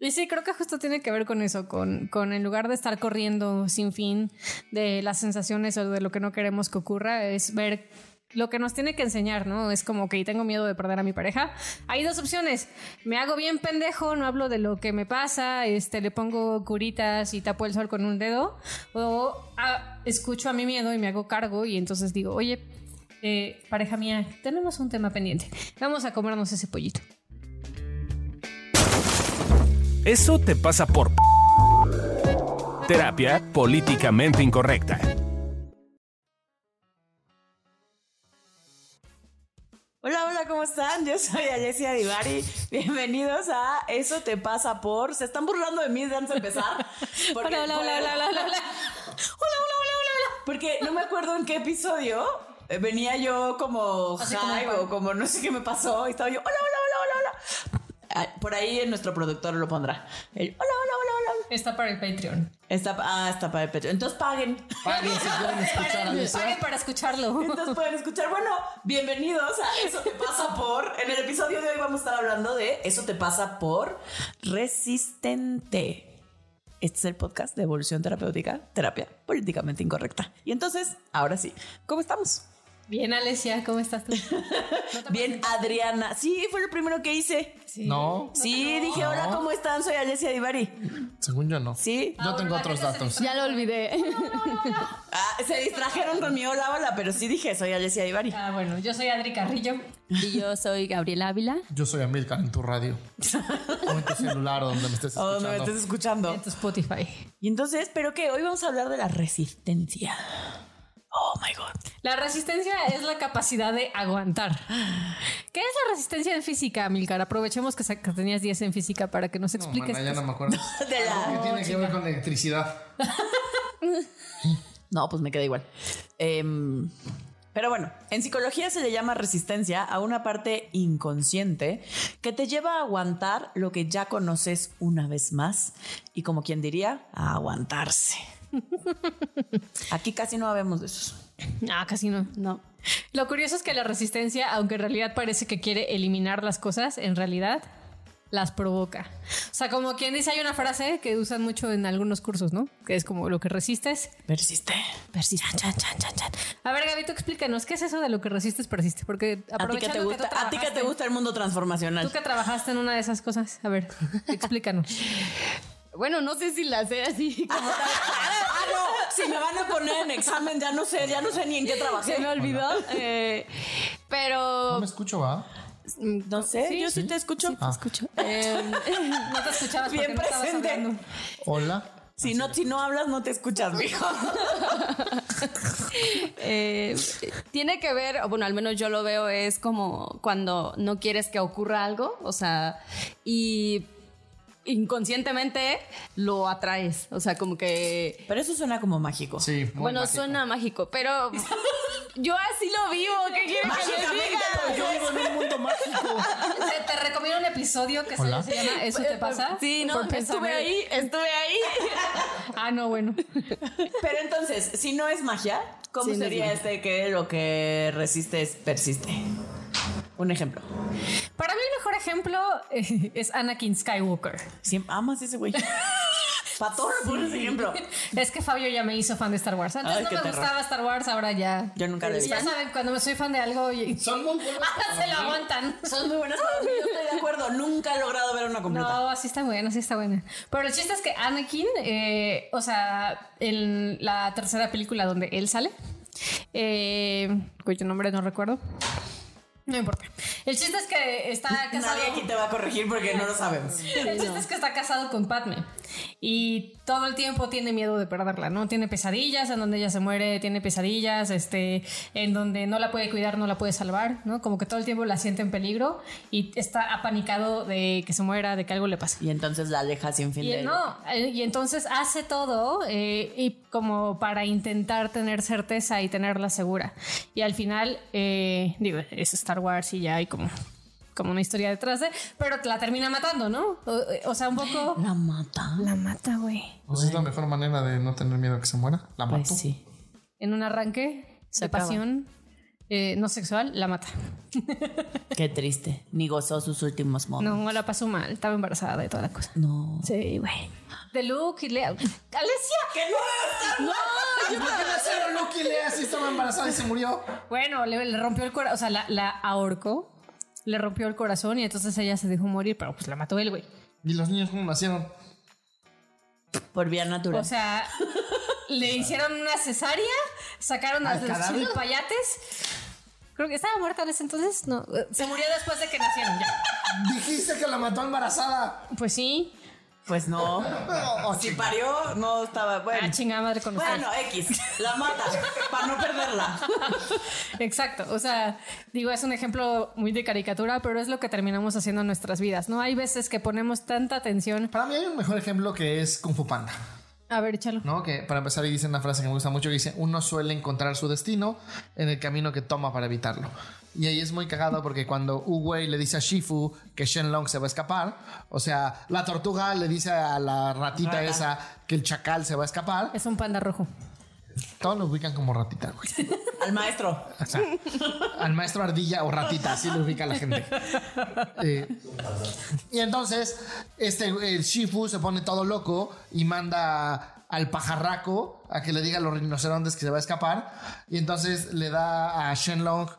Y sí, creo que justo tiene que ver con eso, con, con en lugar de estar corriendo sin fin de las sensaciones o de lo que no queremos que ocurra, es ver lo que nos tiene que enseñar, ¿no? Es como que tengo miedo de perder a mi pareja. Hay dos opciones. Me hago bien pendejo, no hablo de lo que me pasa, este, le pongo curitas y tapo el sol con un dedo. O ah, escucho a mi miedo y me hago cargo y entonces digo, oye, eh, pareja mía, tenemos un tema pendiente. Vamos a comernos ese pollito. Eso te pasa por p- terapia políticamente incorrecta. Hola, hola, ¿cómo están? Yo soy Alessia Divari. Bienvenidos a Eso te pasa por. Se están burlando de mí antes de empezar. Hola, porque- hola, hola, hola, hola, hola, hola, hola, hola, hola, hola. Porque no me acuerdo en qué episodio eh, venía yo como Así como high pan. o como no sé qué me pasó y estaba yo, hola, hola, hola, hola, hola. Ah, Por ahí en nuestro productor lo pondrá. El, hola, hola, hola, hola. hola. Está para el Patreon. Está, ah, está para el pecho. Entonces paguen. Paguen si quieren escuchar a Pague Alessia. para escucharlo. Entonces pueden escuchar. Bueno, bienvenidos a Eso te pasa por. En el episodio de hoy vamos a estar hablando de Eso te pasa por resistente. Este es el podcast de evolución terapéutica, terapia políticamente incorrecta. Y entonces, ahora sí, ¿cómo estamos? Bien, Alesia, ¿cómo estás tú? No te Bien, Adriana. Sí, fue lo primero que hice. Sí. No, Sí, dije, hola, ¿cómo están? Soy Alessia Divari. según yo no. Sí. Yo tengo otros datos. Ya lo olvidé. Ah, se distrajeron con mi hola, hola, pero sí dije, soy Alessia Divari. Ah, bueno, yo soy Adri Carrillo. Y yo soy Gabriela Ávila. Yo soy Amilcar en tu radio. O en tu celular o donde me estés Oh, me estás escuchando. escuchando. En tu Spotify. Y entonces, pero que hoy vamos a hablar de la resistencia. Oh my god. La resistencia es la capacidad de aguantar. ¿Qué es la resistencia en física, Milcar? Aprovechemos que, sa- que tenías 10 en física para que nos No, expliques. mana, ya qué no me acuerdo. De la- ¿Qué tiene que ver con electricidad? No, pues me queda igual. Em, pero bueno, en psicología se le llama resistencia a una parte inconsciente que te lleva a aguantar lo que ya conoces una vez más y como quien diría, a aguantarse. Aquí casi no habemos de eso. es. No, Ah, casi no. No. Lo curioso es que la resistencia, aunque en realidad parece que quiere eliminar las cosas, en realidad las provoca. O sea, como quien dice, hay una frase que usan mucho en algunos cursos, ¿no? Que es como lo que resistes, Persiste. persiste. Chan, chan, chan, chan. A ver, Gabito, explícanos, ¿qué es eso de lo que resistes, persiste? Porque A ti que aprovechando te gusta, tú a ti que te trabajaste- gusta el mundo Tú transformacional. que trabajaste en una de esas cosas, a ver, explícanos. Bueno, no sé si la sé así. como tal. Ah, no, si me van a poner en examen, ya no sé, ya no sé ni en qué Ah, Se trabajé. me olvidó. Eh, No pero. me escucho, ¿va? No sé, yo sí, te escucho. Ah, Escucho. Eh, Em, No te escuchabas porque Bien no estabas presente. hablando. Hola. Si no, si no hablas, no te escuchas, mijo. eh, tiene que ver, o bueno, al menos yo lo veo, es como cuando no quieres que ocurra algo, o sea, y inconscientemente lo atraes, o sea, como que Pero eso suena como mágico. Sí, muy bueno, mágico. suena mágico, pero yo así lo vivo. ¿Qué quieren que les Mágicamente diga? lo Yo vivo en un mundo mágico. Te, te recomiendo un episodio que se, Hola. se llama ¿Eso Eh, te pasa? Sí, no, Por pensar- estuve ahí, estuve ahí. Ah, no, bueno. Pero entonces, si no es magia, ¿cómo Sí, no es sería magia. este que lo que resistes persiste? Un ejemplo. Para mí el mejor ejemplo eh, es Anakin Skywalker. Siempre amas ese güey. Para todo por ese ejemplo. Es que Fabio ya me hizo fan de Star Wars. Antes Ay, no qué me terror. gustaba Star Wars, ahora ya. Yo nunca lo he visto. Ya saben, cuando me soy fan de algo, y- Son muy buenos. se lo aguantan. Son muy buenas cosas. Yo estoy de acuerdo. Nunca he logrado ver una completa. No, sí está buena, sí está buena. Pero el chiste es que Anakin, eh, o sea, en la tercera película donde él sale, eh, cuyo nombre no recuerdo, no importa. El chiste es que está casado. Nadie aquí te va a corregir porque no lo sabemos. El chiste es que está casado con Padme y todo el tiempo tiene miedo de perderla, ¿no? Tiene pesadillas en donde ella se muere, tiene pesadillas, este, en donde no la puede cuidar, no la puede salvar, ¿no? Como que todo el tiempo la siente en peligro y está apanicado de que se muera, de que algo le pase. Y entonces la aleja sin fin Y, de él. no, eh, y entonces hace todo eh, y como para intentar tener certeza y tenerla segura. Y al final, eh, digo, es Star Wars y ya hay como, como una historia detrás de, pero la termina matando, ¿no? O, o sea, un poco... La mata. La mata, güey. Pues es la mejor manera de no tener miedo a que se muera. La mato. Pues sí. En un arranque Se de acaba. pasión. eh, no sexual, la mata. Qué triste. Ni gozó sus últimos momentos. No, la pasó mal. Estaba embarazada y toda la cosa. No. Sí, güey. eh, De Luke y Lea. ¡Alesia! ¿Y por qué le hicieron Lucky Lea si estaba embarazada y se murió? Bueno, le, le rompió el corazón. O sea, la, la ahorcó. Le rompió el corazón y entonces ella se dejó morir, pero pues la mató él, güey. ¿Y los niños cómo nacieron? Por vía natural. O sea, le hicieron una cesárea, sacaron a ¿Al los cadáver? payates. Creo que estaba muerta en ese entonces. No, eh, se murió después de que nacieron ya. Dijiste que la mató embarazada. Pues sí. pues no. Oh, Si chica. parió, no estaba. Bueno, Ah, chingada madre con ustedes. bueno X. La mata. para no perderla. Exacto, o sea, digo, es un ejemplo muy de caricatura, pero es lo que terminamos haciendo en nuestras vidas, ¿no? Hay veces que ponemos tanta atención. Para mí hay un mejor ejemplo que es Kung Fu Panda, A ver, échalo. ¿no? Que para empezar, y dice una frase que me gusta mucho, que dice, uno suele encontrar su destino en el camino que toma para evitarlo. Y ahí es muy cagado porque cuando Uwei le dice a Shifu que Shenlong se va a escapar, o sea, la tortuga le dice a la ratita esa que el chacal se va a escapar, Es un panda rojo. todos lo ubican como ratita, güey. Al maestro. O sea, al maestro ardilla o ratita, así lo ubica la gente. Eh, y entonces, este el Shifu se pone todo loco y manda al pajarraco a que le diga a los rinocerontes que se va a escapar. Y entonces le da a Shenlong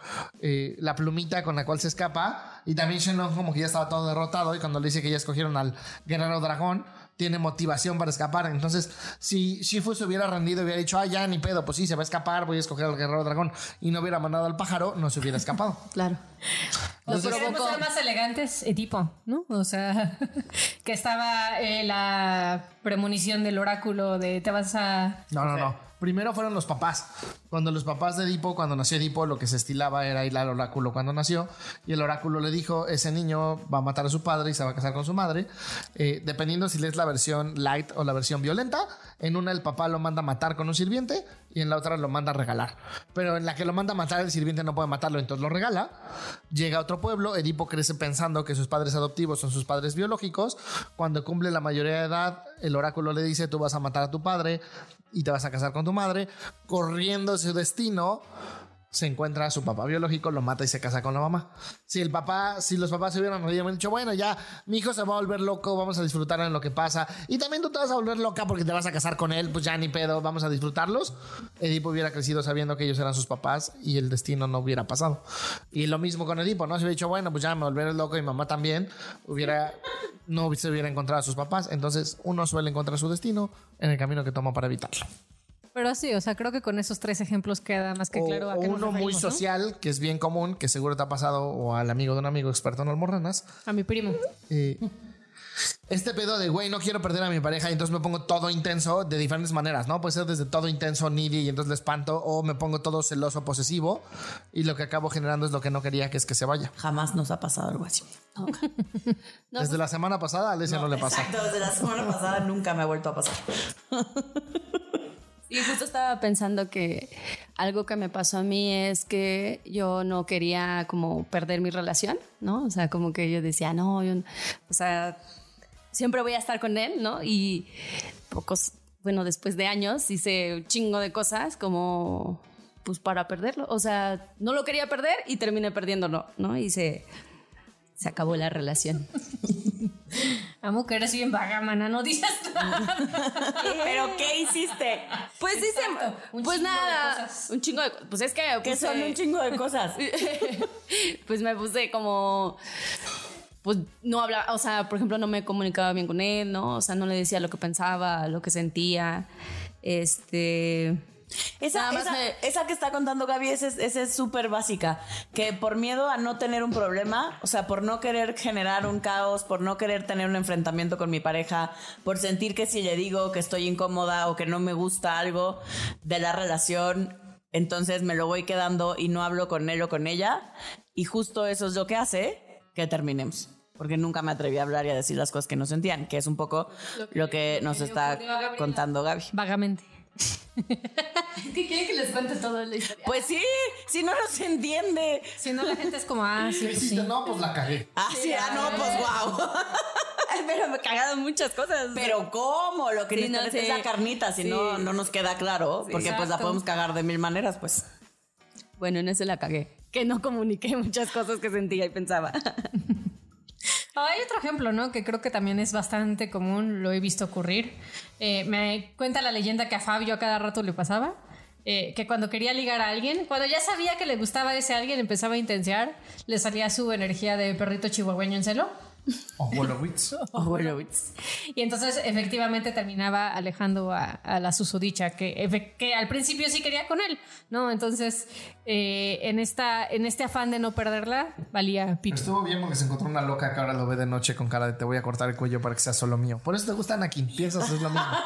eh, la plumita con la cual se escapa. Y también Shenlong como que ya estaba todo derrotado y cuando le dice que ya escogieron al guerrero dragón, tiene motivación para escapar. Entonces, si Shifu se hubiera rendido y hubiera dicho, ah, ya ni pedo, pues sí, se va a escapar, voy a escoger al guerrero dragón, y no hubiera mandado al pájaro, no se hubiera escapado. Claro. Los Entonces- queremos ser más elegantes, eh, tipo, ¿no? O sea, que estaba eh, la premonición del oráculo de te vas a. No, no, no. Primero fueron los papás. Cuando los papás de Edipo, cuando nació Edipo, lo que se estilaba era ir al oráculo cuando nació. Y el oráculo le dijo, ese niño va a matar a su padre y se va a casar con su madre. Eh, dependiendo si lees la versión light o la versión violenta, en una el papá lo manda a matar con un sirviente y en la otra lo manda a regalar. Pero en la que lo manda a matar, el sirviente no puede matarlo, entonces lo regala. Llega a otro pueblo, Edipo crece pensando que sus padres adoptivos son sus padres biológicos. Cuando cumple la mayoría de edad, el oráculo le dice, tú vas a matar a tu padre y te vas a casar con tu madre. Corriendo su destino, se encuentra a su papá biológico, lo mata y se casa con la mamá. Si el papá, si los papás se hubieran reído, hubieran dicho, bueno, ya, mi hijo se va a volver loco, vamos a disfrutar en lo que pasa. Y también tú te vas a volver loca porque te vas a casar con él, pues ya ni pedo, vamos a disfrutarlos. Edipo hubiera crecido sabiendo que ellos eran sus papás y el destino no hubiera pasado. Y lo mismo con Edipo, ¿no? Se hubiera dicho, bueno, pues ya me volveré loco y mamá también, hubiera, no se hubiera encontrado a sus papás. Entonces, uno suele encontrar su destino en el camino que toma para evitarlo. Pero sí, o sea, creo que con esos tres ejemplos queda más que o, claro. a o qué nos uno muy referimos, ¿no? social, que es bien común, que seguro te ha pasado, o al amigo de un amigo experto en almorranas. A mi primo. eh, este pedo de, güey, no quiero perder a mi pareja, y entonces me pongo todo intenso de diferentes maneras, ¿no? Puede ser desde todo intenso, needy, y entonces le espanto, o me pongo todo celoso, posesivo, y lo que acabo generando es lo que no quería, que es que se vaya. Jamás nos ha pasado algo así. No, pues desde la semana pasada a Alesia no, le pasa. Exacto, desde la semana pasada nunca me ha vuelto a pasar. Y justo estaba pensando que algo que me pasó a mí es que yo no quería como perder mi relación, ¿no? O sea, como que yo decía, no, yo, no- o sea, siempre voy a estar con él, ¿no? Y pocos, bueno, después de años hice un chingo de cosas como, pues para perderlo. O sea, no lo quería perder y terminé perdiéndolo, ¿no? Y se, se acabó la relación. Amo que eres bien vaga, mana, no dices nada. Eh. ¿Pero qué hiciste? Pues hice, Exacto, un pues chingo de nada, cosas. un chingo de cosas. Pues es que... Que son puse- un chingo de cosas. pues me puse como pues no hablaba, o sea, por ejemplo, no me comunicaba bien con él, ¿no? O sea, no le decía lo que pensaba, lo que sentía. Este Esa, Nada más esa, me- esa que está contando Gaby, esa es- esa es súper básica. Que por miedo a no tener un problema, o sea, por no querer generar un caos, por no querer tener un enfrentamiento con mi pareja, por sentir que si le digo que estoy incómoda o que no me gusta algo de la relación, entonces me lo voy quedando y no hablo con él o con ella. Y justo eso es lo que hace que terminemos. Porque nunca me atreví a hablar y a decir las cosas que no sentían, que es un poco lo que, nos está contando Gaby. Vagamente. ¿Qué quiere que les cuente toda la historia? Pues sí, si no nos entiende. Si no, la gente es como, ah, sí, ¿Qué pues hiciste? sí. No, pues la cagué. Ah, sí, ah, no, pues wow. Pero me cagaron muchas cosas. Pero ¿cómo? Lo que Sí, necesitas no, es sí. la carnita, si Sí. no, no nos queda claro, porque pues la Exacto. podemos cagar de mil maneras, pues. Bueno, en ese la cagué. Que no comuniqué muchas cosas que sentía y pensaba. Hay otro ejemplo, ¿no? Que creo que también es bastante común, lo he visto ocurrir. Eh, me cuenta la leyenda que a Fabio a cada rato le pasaba. eh, que cuando quería ligar a alguien, cuando ya sabía que le gustaba a ese alguien, empezaba a intensear, le salía su energía de perrito chihuahueño en celo. O Wolowitz. Oh, bueno, Y entonces efectivamente terminaba alejando a, a la susodicha, que, efe- que al principio sí quería con él, ¿no? Entonces, eh, en, esta, en este afán de no perderla, valía pito. Estuvo bien porque se encontró una loca que ahora lo ve de noche con cara de te voy a cortar el cuello para que sea solo mío. Por eso te gustan aquí. Piensas, es lo mismo.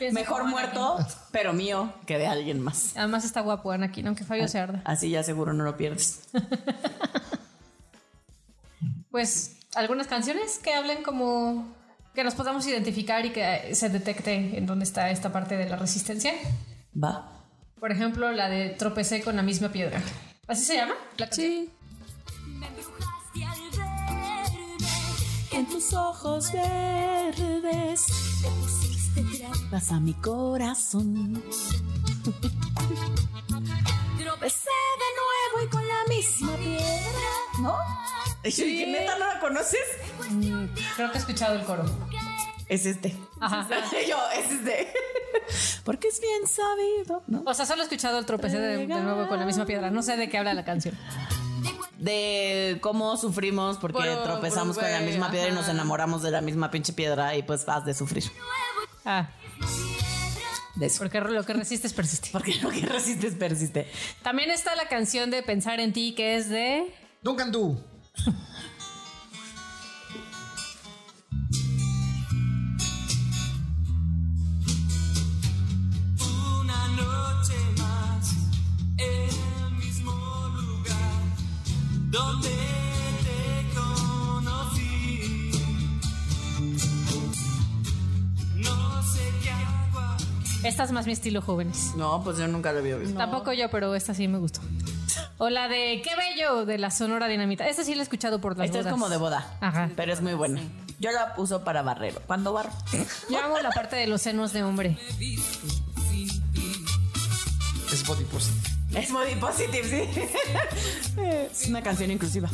Pienso Mejor como muerto, pero mío, que de alguien más. Anakin. Además está guapo Anakin, aunque Ah. Fabio se arda. Así ya seguro no lo pierdes. Pues algunas canciones que hablen como que nos podamos identificar y que se detecte en dónde está esta parte de la resistencia. Va. Por ejemplo, la de Tropecé con la misma piedra. ¿Así se llama? La canción. Sí. Me embrujaste al verme, En tus ojos verdes te pusiste trampas. vas a mi corazón. Tropecé de nuevo y con la misma piedra. ¿No? Y yo dije, ¿neta no la conoces? Creo que he escuchado el coro. Es este. Ajá. yo, es este. Porque es bien sabido, ¿no? O sea, solo he escuchado el tropecé de, de nuevo con la misma piedra. No sé de qué habla la canción. de cómo sufrimos porque Por- tropezamos por- con la misma piedra y nos ajá. enamoramos de la misma pinche piedra y pues vas de sufrir Ah, de eso. porque lo que resistes persiste. Porque lo que resistes persiste. También está la canción de Pensar en ti, que es de. Duncan Du. Una noche más en el mismo lugar donde te conocí. No sé qué hago aquí. Esta es más mi estilo jóvenes. No, pues yo nunca lo había visto. Tampoco yo, pero esta sí me gustó. O la de Qué bello de la Sonora Dinamita. Esta sí la he escuchado por las Esta es bodas. como de boda, Ajá. pero es muy buena. Yo la uso para barrero. ¿Cuándo barro? Yo amo la parte de los senos de hombre. Es body post. Es body positive, sí. es una canción inclusiva.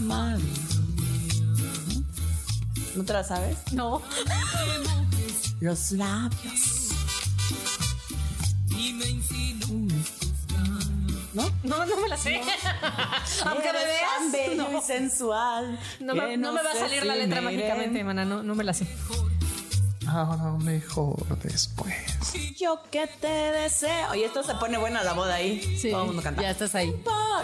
Madre. ¿No te la sabes? No. Los labios. ¿No? No, no me la sé. Aunque me Eres tan veas. bello No. y sensual. No que me, no me va a sé salir la si letra me iré. mágicamente, mana. No, no me la sé. Ahora mejor después. Yo que te deseo. Oye, esto se pone buena la boda ahí. Sí. Todo el mundo canta. Ya estás ahí.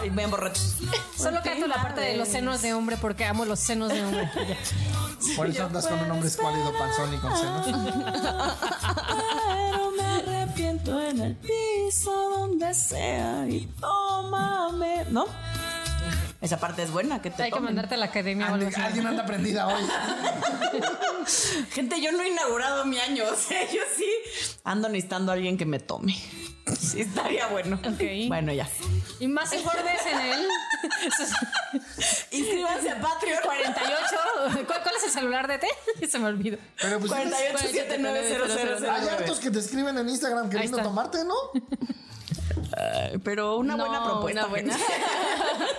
Y ven borrachos. Solo canto la parte de los senos de hombre porque amo los senos de hombre. Ya. Por eso andas con un hombre escuálido, panzón y con senos. Ah. Pero me arrepiento en el piso donde sea y tómame. ¿No? Esa parte es buena, que te Hay que tomen. mandarte a la academia o algo Alguien así. alguien anda prendida hoy. Gente, yo no he inaugurado mi año, o sea, yo sí ando necesitando a alguien que me tome. Sí, estaría bueno. Ok. Bueno, ya. Y más informes en el Inscríbanse a Patreon 48 48. ¿Cuál, cuál es el celular de T? Se me olvidó. Pero pues. Hay 48 hartos que te escriben en Instagram queriendo está. tomarte, ¿no? Pero una buena No, propuesta. una buena. gente.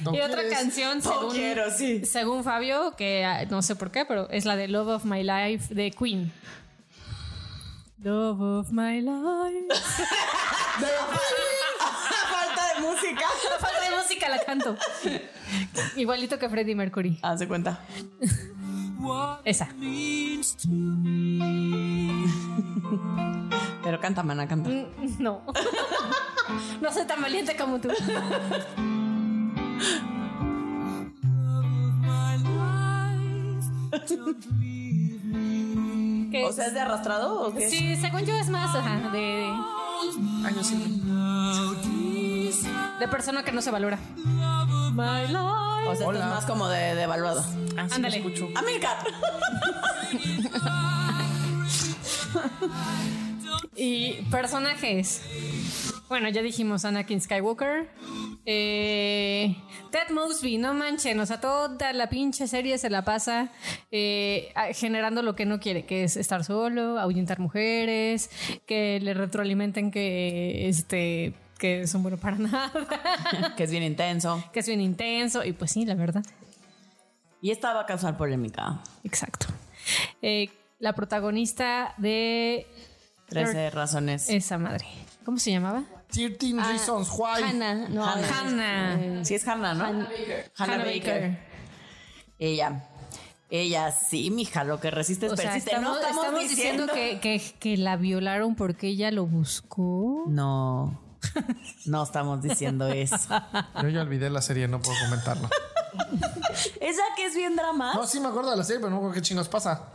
No y otra quieres. canción, No según, quiero, sí. según Fabio, que ah, no sé por qué, pero es la de Love of My Life de Queen. Love of my life. Falta de música. La falta de música la canto. Igualito que Freddie Mercury. Hace cuenta. Esa. Pero canta, mana, canta. No. No soy tan valiente como tú. Que- O sea, ¿es de arrastrado o qué? sí, según yo es más ajá, de, de, de persona que no se valora. O sea, esto es Hola. más como de devaluado. Ándale. América. Y personajes. Bueno, ya dijimos Anakin Skywalker, Eh, Ted Mosby, no manchen, o sea, toda la pinche serie se la pasa eh, a- generando lo que no quiere, que es estar solo, ahuyentar mujeres, que le retroalimenten que este que es un bueno para nada, que es bien intenso. que es bien intenso, y pues sí, la verdad. Y esta va a causar polémica. Exacto. Eh, la protagonista de 13 razones. esa madre. ¿Cómo se llamaba? 13 Reasons Why. Hannah, no, Ah, Hannah. Hannah. Hannah. Sí, es Hannah, ¿no? Hannah Baker. Ella. Ella sí, mija, lo que resistes O sea, persiste. estamos, no estamos, estamos diciendo, que, que- que la violaron porque ella lo buscó. No. No estamos diciendo eso. Yo ya olvidé la serie, no puedo comentarla. Esa que es bien drama. No, sí me acuerdo de la serie, pero no me acuerdo qué chingos pasa.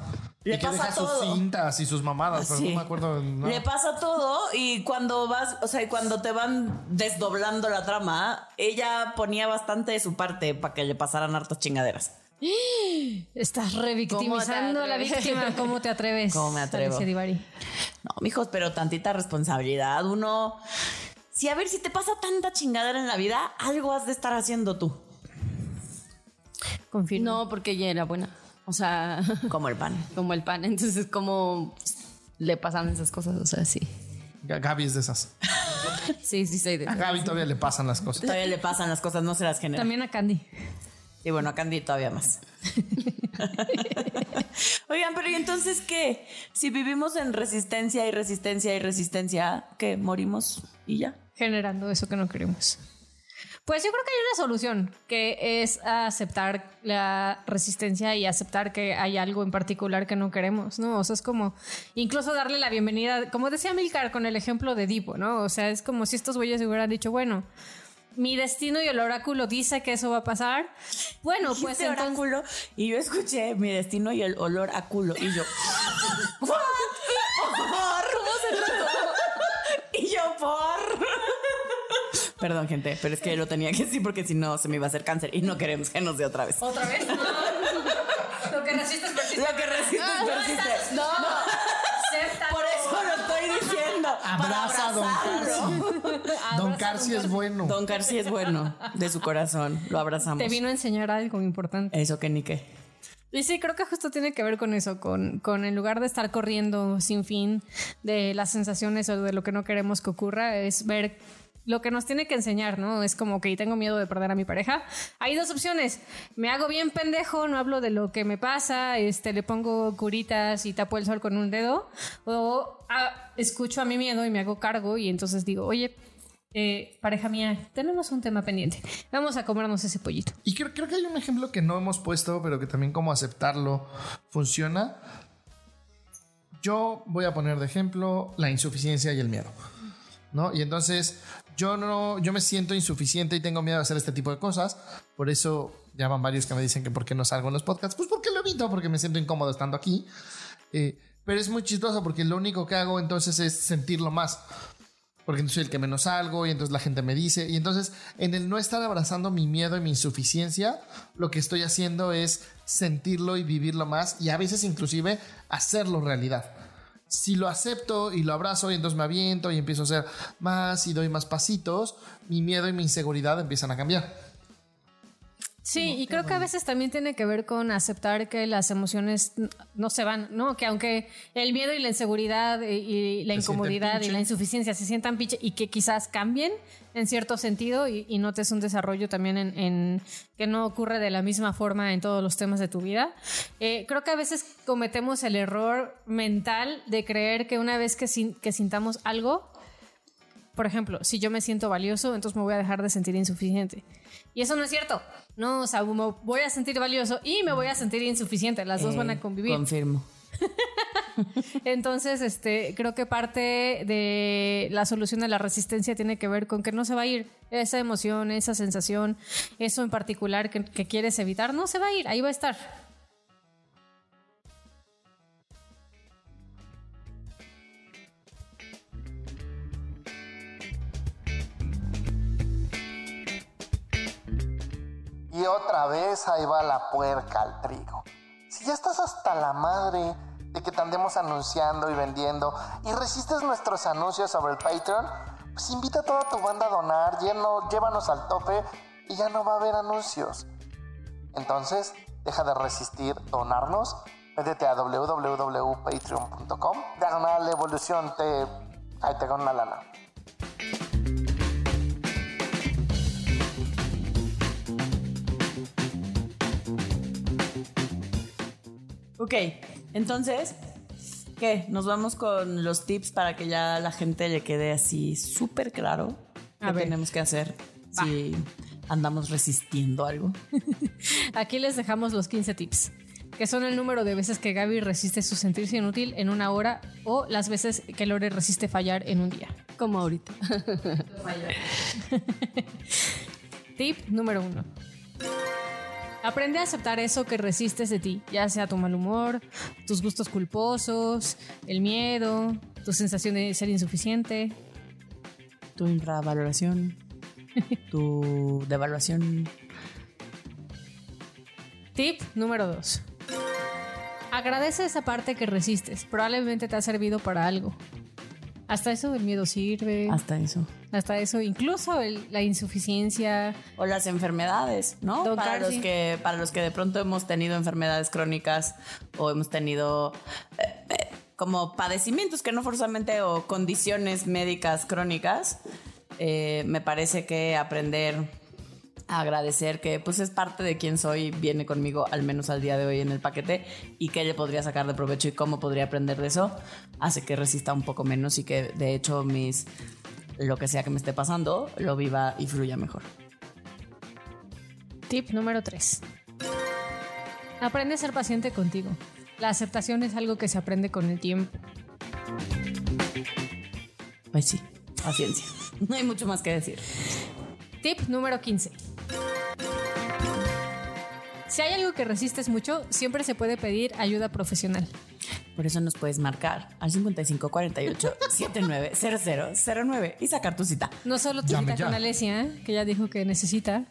Le y que pasa deja todo. Ah, sus cintas y sus mamadas, pero Sí. no me acuerdo. no. Le pasa todo y cuando vas, o sea, y cuando te van desdoblando la trama, ella ponía bastante de su parte para que le pasaran hartas chingaderas. Estás revictimizando a la atreves? víctima. ¿Cómo te atreves? ¿Cómo me atrevo? Alicia Divari? No, mijos, pero tantita responsabilidad. Uno, si a ver, si te pasa tanta chingadera en la vida, algo has de estar haciendo tú, Confirmo. No, porque ella era buena. O sea, como el pan. como el pan. Entonces, como le pasan esas cosas. O sea, sí. G- Gaby es de esas. Sí, sí, soy de. A Gaby todavía le pasan las cosas. Todavía le pasan las cosas, no se las genera. También a Candy. Y bueno, a Candy todavía más. Oigan, pero ¿y entonces qué? Si vivimos en resistencia y resistencia y resistencia, ¿qué? ¿Morimos y ya? Generando eso que no queremos. Pues yo creo que hay una solución, que es aceptar la resistencia y aceptar que hay algo en particular que no queremos, ¿no? O sea, es como incluso darle la bienvenida, como decía Milcar con el ejemplo de Dipo, ¿no? O sea, es como si estos güeyes hubieran dicho, bueno, mi destino y el oráculo dice que eso va a pasar. Bueno, pues Dijiste entonces... oráculo y yo escuché mi destino y el olor a culo y yo ¿What? ¿Por? y yo por Perdón, gente, pero es que lo tenía que decir porque si no se me iba a hacer cáncer y no queremos que nos dé otra vez. Otra vez, Lo que resistes persiste. Lo que resistes persiste. Ah, No, acepta. Por eso lo estoy diciendo. para Abraza a Don abrazarlo. Don Carci es bueno. Don García es bueno, de su corazón, lo abrazamos. Te vino a enseñar algo importante. Eso que ni qué. Y sí, creo que justo tiene que ver con eso, con, con en lugar de estar corriendo sin fin de las sensaciones o de lo que no queremos que ocurra, es ver lo que nos tiene que enseñar, ¿no? Es como que tengo miedo de perder a mi pareja. Hay dos opciones. Me hago bien pendejo, no hablo de lo que me pasa, este, le pongo curitas y tapo el sol con un dedo, o ah, escucho a mi miedo y me hago cargo y entonces digo, oye, eh, pareja mía, tenemos un tema pendiente. Vamos a comernos ese pollito. Y creo, creo que hay un ejemplo que no hemos puesto, pero que también como aceptarlo funciona. Yo voy a poner de ejemplo la insuficiencia y el miedo. ¿No? Y entonces yo no, yo me siento insuficiente y tengo miedo de hacer este tipo de cosas. Por eso ya van varios que me dicen que por qué no salgo en los podcasts. Pues porque lo evito, porque me siento incómodo estando aquí. Eh, pero es muy chistoso porque lo único que hago entonces es sentirlo más. Porque entonces soy el que menos salgo y entonces la gente me dice. Y entonces en el no estar abrazando mi miedo y mi insuficiencia, lo que estoy haciendo es sentirlo y vivirlo más y a veces inclusive hacerlo realidad. Si lo acepto y lo abrazo y entonces me aviento y empiezo a hacer más y doy más pasitos, mi miedo y mi inseguridad empiezan a cambiar. Sí, y creo que a veces también tiene que ver con aceptar que las emociones n- no se van, ¿no? Que aunque el miedo y la inseguridad y, y la Se sienten incomodidad y pinche. la insuficiencia se sientan pinche y que quizás cambien en cierto sentido y, y notes un desarrollo también en, en- que no ocurre de la misma forma en todos los temas de tu vida. Eh, creo que a veces cometemos el error mental de creer que una vez que, sin- que sintamos algo, por ejemplo, si yo me siento valioso, entonces me voy a dejar de sentir insuficiente. Y eso no es cierto. No, o sea, me voy a sentir valioso y me voy a sentir insuficiente. Las dos Eh, van a convivir. Confirmo. Entonces, este, creo que parte de la solución a la resistencia tiene que ver con que no se va a ir esa emoción, esa sensación, eso en particular que, que quieres evitar, no se va a ir, ahí va a estar. Y otra vez ahí va la puerca al trigo. Si ya estás hasta la madre de que te andemos anunciando y vendiendo y resistes nuestros anuncios sobre el Patreon, pues invita a toda tu banda a donar, lleno- llévanos al tope y ya no va a haber anuncios. Entonces, deja de resistir donarnos. Métete a www.patreon.com. Diagonal evolución, te. Ahí te con una lana. Ok, entonces, ¿qué? Nos vamos con los tips para que ya la gente le quede así súper claro A qué ver. tenemos que hacer si andamos resistiendo algo. Aquí les dejamos los 15 tips, que son el número de veces que Gaby resiste su sentirse inútil en una hora o las veces que Lore resiste fallar en un día. Como ahorita. Tip número uno. Aprende a aceptar eso que resistes de ti, ya sea tu mal humor, tus gustos culposos, el miedo, tu sensación de ser insuficiente. Tu infravaloración, tu devaluación. Tip número 2. Agradece esa parte que resistes. Probablemente te ha servido para algo. Hasta eso el miedo sirve. Hasta eso. Hasta eso, incluso el- la insuficiencia. O las enfermedades, ¿no? Don para Carsi. los que para los que de pronto hemos tenido enfermedades crónicas o hemos tenido eh, eh, como padecimientos que no forzosamente o condiciones médicas crónicas, eh, me parece que aprender a agradecer que pues es parte de quien soy, viene conmigo al menos al día de hoy en el paquete y qué le podría sacar de provecho y cómo podría aprender de eso, hace que resista un poco menos y que de hecho mis lo que sea que me esté pasando, lo viva y fluya mejor. Tip número 3. Aprende a ser paciente contigo. La aceptación es algo que se aprende con el tiempo. Pues sí, paciencia. No hay mucho más que decir. Tip número 15. Si hay algo que resistes mucho, siempre se puede pedir ayuda profesional. Por eso nos puedes marcar al 55 48 79 00 09 y sacar tu cita. No solo tu Llame cita ya. con Alesia, que ya dijo que necesita.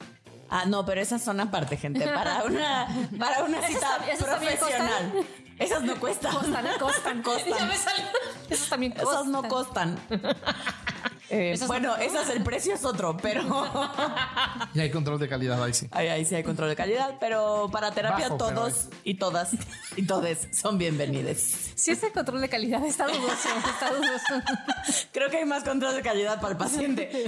Ah, no, pero esas son aparte, gente. Para una, para una cita también- esas también profesional. Esas no cuestan. costan, costan. Ya me salió. Esas también costan. Esas no costan. Eh, Esas no bueno, esas el precio es otro, pero Y hay control de calidad ahí sí. ahí, ahí sí hay control de calidad. Pero para terapia Bajo, pero todos y todas y todes son bienvenidos. Si este control de calidad está dudoso, está dudoso. Creo que hay más control de calidad para el paciente.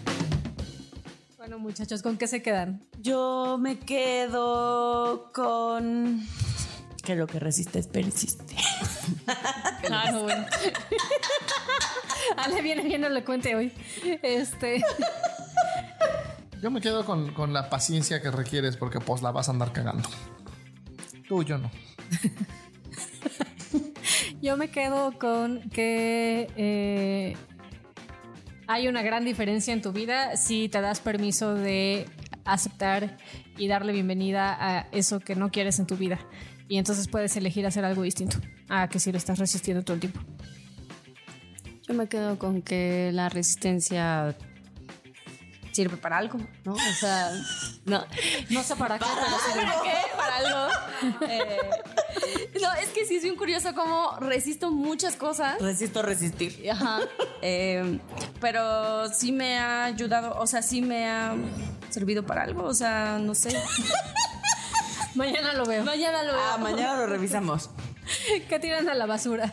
Bueno, muchachos, ¿con qué se quedan? Yo me quedo con que lo que resistes persiste. Ah, no, bueno. Ale viene bien elocuente hoy. Este, Yo me quedo con, con la paciencia que requieres porque pues la vas a andar cagando. Tú, yo no. yo me quedo con que eh, hay una gran diferencia en tu vida si te das permiso de aceptar y darle bienvenida a eso que no quieres en tu vida. Y entonces puedes elegir hacer algo distinto a que si lo estás resistiendo todo el tiempo. Yo me quedo con que la resistencia sirve para algo, ¿no? O sea, no, No sé para qué, pero sí. ¿Para qué? Para algo. Eh, no, es que sí es bien curioso cómo resisto muchas cosas. Resisto resistir. Ajá. Eh, pero sí me ha ayudado, o sea, sí me ha servido para algo, o sea, no sé. Mañana lo veo. Mañana lo Ah, veo. mañana lo revisamos. ¿Qué tiran a la basura?